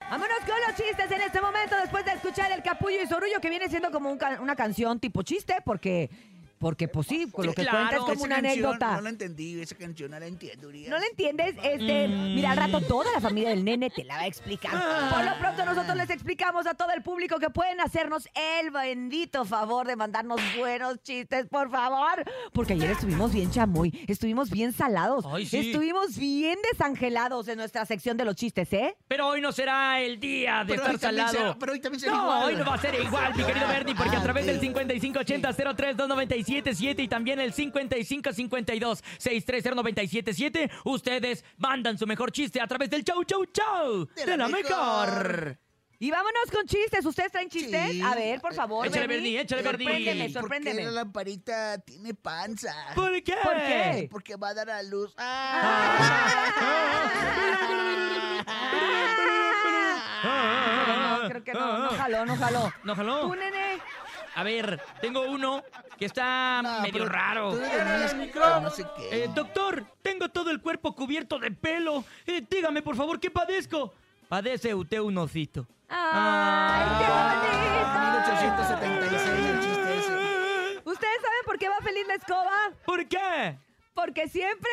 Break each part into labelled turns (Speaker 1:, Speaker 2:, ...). Speaker 1: Vámonos con los chistes en este momento, después de escuchar el capullo y sorullo, que viene siendo como un ca- una canción tipo chiste, porque, porque pues sí, con lo que
Speaker 2: Claro,
Speaker 1: cuenta es como
Speaker 2: esa
Speaker 1: una
Speaker 2: canción
Speaker 1: anécdota.
Speaker 2: No la entendí, esa canción no la entiendo, Urias.
Speaker 1: ¿No le entiendes? Este, mira, al rato toda la familia del nene te la va a explicar. Por lo pronto nosotros les explicamos a todo el público que pueden hacernos el bendito favor de mandarnos buenos chistes, por favor. Porque ayer estuvimos bien chamoy, estuvimos bien salados,
Speaker 3: Ay, sí.
Speaker 1: estuvimos bien desangelados en nuestra sección de los chistes, ¿eh?
Speaker 3: Pero hoy no será el día de
Speaker 2: Pero hoy
Speaker 3: estar
Speaker 2: también
Speaker 3: salado.
Speaker 2: será- pero hoy también será
Speaker 3: no,
Speaker 2: igual.
Speaker 3: hoy no va a ser igual, mi querido Bernie, porque a través del
Speaker 2: Ah, sí.
Speaker 3: 5580-032977 y también el 5552-630977, ustedes mandan su mejor chiste a través del chau, chau, chau de, la mejor.
Speaker 1: Y vámonos con chistes. ¿Ustedes traen chistes?
Speaker 2: Sí.
Speaker 1: A ver, por favor.
Speaker 3: Échale,
Speaker 1: Bernie.
Speaker 3: Bernie, échale, Bernie.
Speaker 1: Sorpréndeme,
Speaker 3: ¿Por
Speaker 1: sorpréndeme.
Speaker 2: Porque la lamparita tiene panza.
Speaker 3: ¿Por qué?
Speaker 1: ¿Por qué?
Speaker 2: Eh, Porque va a dar a luz.
Speaker 3: Ah,
Speaker 1: Ah, no, creo que no, no jaló, no jaló.
Speaker 3: ¿No jaló?
Speaker 1: Tú, nene.
Speaker 3: A ver, tengo uno que está
Speaker 2: Ah,
Speaker 3: medio
Speaker 2: pero
Speaker 3: raro.
Speaker 2: tú le tenías que no sé qué.
Speaker 3: Eh, doctor, tengo todo el cuerpo cubierto de pelo. Eh, dígame, por favor, ¿qué padezco? Padece usted un osito. Ah.
Speaker 1: ¡Ay, qué bonito!
Speaker 2: 1876 el chiste ese.
Speaker 1: ¿Ustedes saben por qué va feliz la escoba?
Speaker 3: ¿Por qué?
Speaker 1: Porque siempre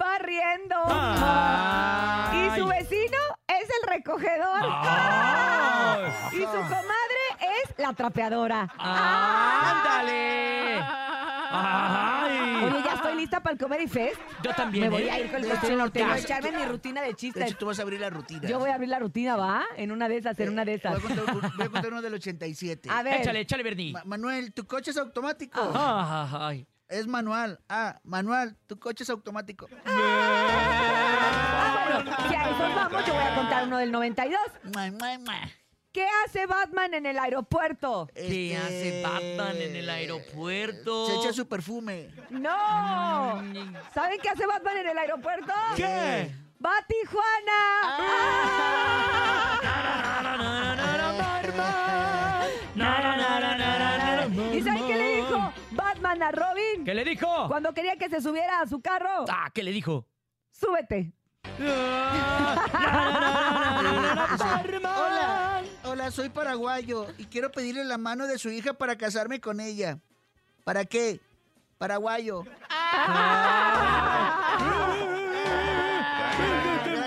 Speaker 1: va riendo.
Speaker 3: Ah. Ay.
Speaker 1: Y su vecino es el recogedor.
Speaker 3: Ay.
Speaker 1: Y su comadre es la trapeadora.
Speaker 3: ¡Ándale!
Speaker 1: Ah. Oye,
Speaker 3: ¡Ay!
Speaker 1: ya estoy lista para el Comedy Fest.
Speaker 3: Yo también.
Speaker 1: Me voy
Speaker 3: ¿eh?
Speaker 1: a ir con el
Speaker 2: De
Speaker 1: costeño
Speaker 2: hecho,
Speaker 1: norteño
Speaker 2: tú
Speaker 1: a
Speaker 2: vas-
Speaker 1: echarme mi rutina de
Speaker 2: De
Speaker 1: chistes.
Speaker 2: hecho, tú vas a abrir la rutina. Eh,
Speaker 1: Yo voy a abrir la rutina, ¿va? En una de esas, en una de esas.
Speaker 2: Voy a contar, un- voy a contar uno del 87.
Speaker 1: A ver.
Speaker 3: Échale, échale, Bernie.
Speaker 2: Ma- Manuel, ¿tu coche es automático?
Speaker 3: Ay.
Speaker 2: Es manual. Ah, Manuel, tu coche es automático.
Speaker 1: Ah, bueno, si a esos vamos, yo voy a contar uno del 92.
Speaker 2: Mua, mua, mua.
Speaker 1: ¿Qué hace Batman en el aeropuerto?
Speaker 3: ¿Qué
Speaker 2: Este,
Speaker 3: hace Batman en el aeropuerto?
Speaker 2: Se echa su perfume.
Speaker 1: ¡No! ¿Saben qué hace Batman en el aeropuerto?
Speaker 3: ¿Qué?
Speaker 1: ¡Va a Tijuana! ¡Ah! ¿Y saben qué le dijo Batman a Robin?
Speaker 3: ¿Qué le dijo?
Speaker 1: Cuando quería que se subiera a su carro.
Speaker 3: Ah, ¿qué le dijo?
Speaker 1: ¡Súbete!
Speaker 2: Hola, hola, soy paraguayo y quiero pedirle la mano de su hija para casarme con ella. ¿Para qué? Paraguayo.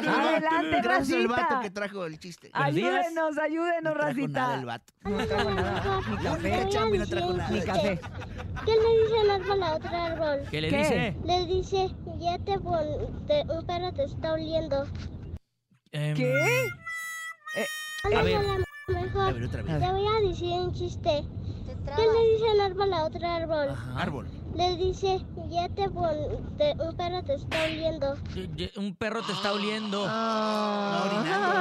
Speaker 1: Adelante, Ah,
Speaker 2: Gracias al
Speaker 1: racita.
Speaker 2: vato que trajo el chiste.
Speaker 3: Buenos días.
Speaker 1: Ayúdenos, ayúdenos,
Speaker 2: No trajo
Speaker 1: racita.
Speaker 2: nada el vato.
Speaker 1: No trajo nada. Ni
Speaker 2: La
Speaker 1: café.
Speaker 2: única chamba y no trajo nada.
Speaker 1: Ni café.
Speaker 4: ¿Qué le dice el árbol a otro árbol?
Speaker 3: ¿Qué le
Speaker 1: ¿Qué?
Speaker 3: dice?
Speaker 4: Le dice, ya te, vol- te- un perro te está oliendo.
Speaker 3: Em,
Speaker 1: ¿Qué?
Speaker 3: A ver.
Speaker 4: Ándale,
Speaker 2: A
Speaker 4: mejor.
Speaker 2: ver, otra vez.
Speaker 4: Te voy a decir un chiste. ¿Qué le dice el árbol a otro árbol?
Speaker 3: ajá.
Speaker 2: Árbol.
Speaker 4: Le dice, ya te, vol- te- un perro te está oliendo.
Speaker 3: Ye- ye- Un perro te está oliendo.
Speaker 2: No, orinando, ¿no?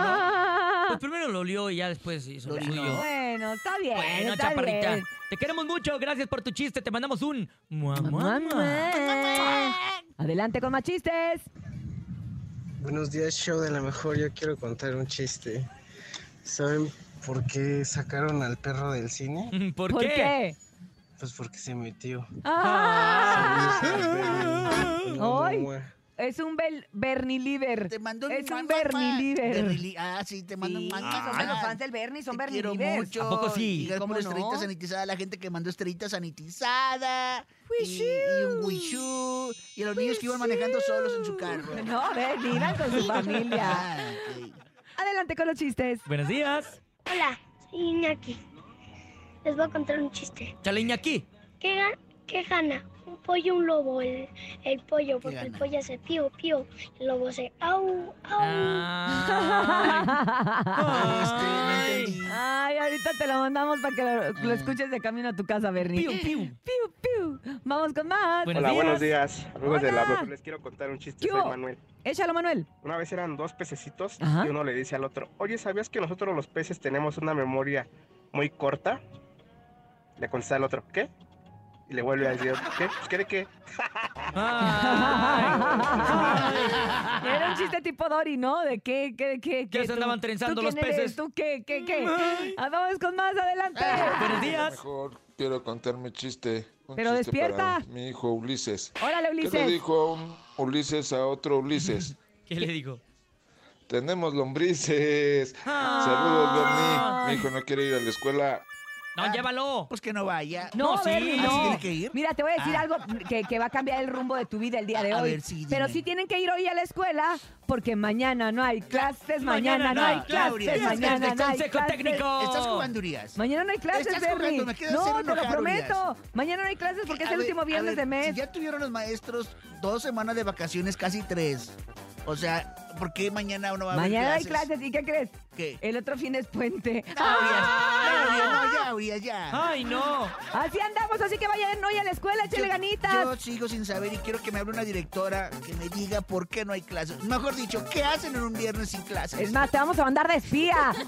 Speaker 3: Pues primero lo olió y ya después hizo lo
Speaker 2: Lo
Speaker 3: suyo.
Speaker 2: orinó.
Speaker 1: Ah. Bueno, está bien.
Speaker 3: Bueno,
Speaker 1: está
Speaker 3: chaparrita.
Speaker 1: bien.
Speaker 3: Te queremos mucho. Gracias por tu chiste. Te mandamos un. Mua,
Speaker 1: Mamá.
Speaker 3: mua, mua.
Speaker 1: Adelante con más chistes.
Speaker 5: Buenos días, show de la mejor. Yo quiero contar un chiste. ¿Saben por qué sacaron al perro del cine?
Speaker 3: ¿Por, qué?
Speaker 5: Pues porque se metió.
Speaker 1: Ah. Ay.
Speaker 5: Mua.
Speaker 1: Es un bel Bernie Lieber.
Speaker 2: Te mando un
Speaker 1: Es un
Speaker 2: mua, mua,
Speaker 1: Bernie
Speaker 2: mua.
Speaker 1: Lieber.
Speaker 2: Bernie Li- Ah, sí, te mando un
Speaker 1: Sí,
Speaker 2: mua, mua,
Speaker 1: son de los
Speaker 2: mua.
Speaker 1: fans del Bernie, son
Speaker 2: Te
Speaker 1: Bernie
Speaker 2: quiero
Speaker 1: Liebers.
Speaker 2: mucho.
Speaker 3: ¿A poco sí?
Speaker 2: Y gracias
Speaker 1: ¿Cómo
Speaker 2: por esterita
Speaker 1: no?
Speaker 2: sanitizada, la gente que mandó esterita sanitizada.
Speaker 1: Pues
Speaker 2: Y, y un wishu. Y los niños que iban manejando solos en su carro.
Speaker 1: No, Bernie, iban con su familia.
Speaker 2: Ah, ok.
Speaker 1: Adelante con los chistes.
Speaker 3: Buenos días.
Speaker 4: Hola, soy Iñaki. Les voy a contar un chiste.
Speaker 3: Chaleña aquí.
Speaker 4: ¿Qué, ga- qué gana? Un pollo, un lobo. El, el pollo, porque el
Speaker 2: gana?
Speaker 4: pollo hace pío, pío. El lobo hace au, au.
Speaker 2: Este, no
Speaker 3: Ay.
Speaker 2: entendí.
Speaker 1: Ay, ahorita te lo mandamos para que lo, lo escuches de camino a tu casa, Bernie.
Speaker 3: Piu, piu.
Speaker 1: Piu, piu. Vamos con más.
Speaker 3: Buenos
Speaker 6: Hola,
Speaker 3: días.
Speaker 6: buenos días. Amigos de la
Speaker 1: Hola.
Speaker 6: mejor, les quiero contar un chiste.
Speaker 1: ¿Qué
Speaker 6: Soy
Speaker 1: hubo?
Speaker 6: Manuel.
Speaker 1: Échalo, Manuel.
Speaker 6: Una vez eran dos pececitos
Speaker 1: Ajá.
Speaker 6: y uno le dice al otro, oye, ¿sabías que nosotros los peces tenemos una memoria muy corta? Le contesta al otro, ¿qué? Y le vuelve a decir, ¿qué? Pues, ¿Qué de qué?
Speaker 3: Ay.
Speaker 1: Era un chiste tipo Dory, ¿no? De qué, qué, qué, qué.
Speaker 3: se andaban
Speaker 1: ¿tú
Speaker 3: trenzando
Speaker 1: quién
Speaker 3: los
Speaker 1: eres?
Speaker 3: peces?
Speaker 1: ¿Tú qué, qué, qué? Ah, vamos con más adelante.
Speaker 3: Buenos días.
Speaker 7: Mejor quiero contar mi chiste. un
Speaker 1: Pero
Speaker 7: chiste para
Speaker 1: despierta.
Speaker 7: mi hijo Ulises.
Speaker 1: Órale,
Speaker 7: ¿Qué le
Speaker 1: Ulises.
Speaker 7: dijo un Ulises a otro Ulises?
Speaker 3: ¿Qué le digo?
Speaker 7: Tenemos lombrices.
Speaker 3: Ah.
Speaker 7: Saludos, Bernie. Mi hijo no quiere ir a la escuela.
Speaker 3: No, llévalo.
Speaker 2: Pues que no vaya.
Speaker 1: No,
Speaker 3: No, sí.
Speaker 1: Bernie,
Speaker 3: ¿Ah,
Speaker 1: no.
Speaker 2: sí tiene que ir?
Speaker 1: Mira, te voy a decir
Speaker 2: Ah.
Speaker 1: algo que, que va a cambiar el rumbo de tu vida el día de
Speaker 2: A
Speaker 1: hoy.
Speaker 2: ver, sí, dime.
Speaker 1: Pero sí tienen que ir hoy a la escuela porque mañana no hay clases, mañana, no hay
Speaker 2: Claudia,
Speaker 1: clases,
Speaker 2: es que
Speaker 1: mañana
Speaker 3: este
Speaker 1: no hay
Speaker 3: consejo
Speaker 1: clases.
Speaker 3: técnico.
Speaker 2: Estás jugando, Urias.
Speaker 1: Mañana no hay clases,
Speaker 2: Estás
Speaker 1: Bernie.
Speaker 2: jugando, me quieres hacer
Speaker 1: No, te lo
Speaker 2: enojar,
Speaker 1: prometo. Mañana no hay clases porque es
Speaker 2: A
Speaker 1: el
Speaker 2: ver,
Speaker 1: último
Speaker 2: a
Speaker 1: viernes
Speaker 2: ver,
Speaker 1: de mes.
Speaker 2: Si ya tuvieron los maestros dos semanas de vacaciones, casi tres. O sea, ¿por qué mañana uno va a haber
Speaker 1: Mañana hay
Speaker 2: clases?
Speaker 1: clases. Ah. ¿Y qué crees?
Speaker 2: ¿Qué?
Speaker 1: El otro fin es puente.
Speaker 2: No, Urias, no, Urias, no, ya, Urias, ya.
Speaker 3: Ay, no.
Speaker 1: Así andamos, así que vayan hoy a la escuela,
Speaker 2: Yo-
Speaker 1: échale ganitas.
Speaker 2: Yo sigo sin saber y quiero que me hable una directora que me diga por qué no hay clases. Mejor dicho, ¿qué hacen en un viernes sin clases?
Speaker 1: Es más, te vamos a mandar de espía.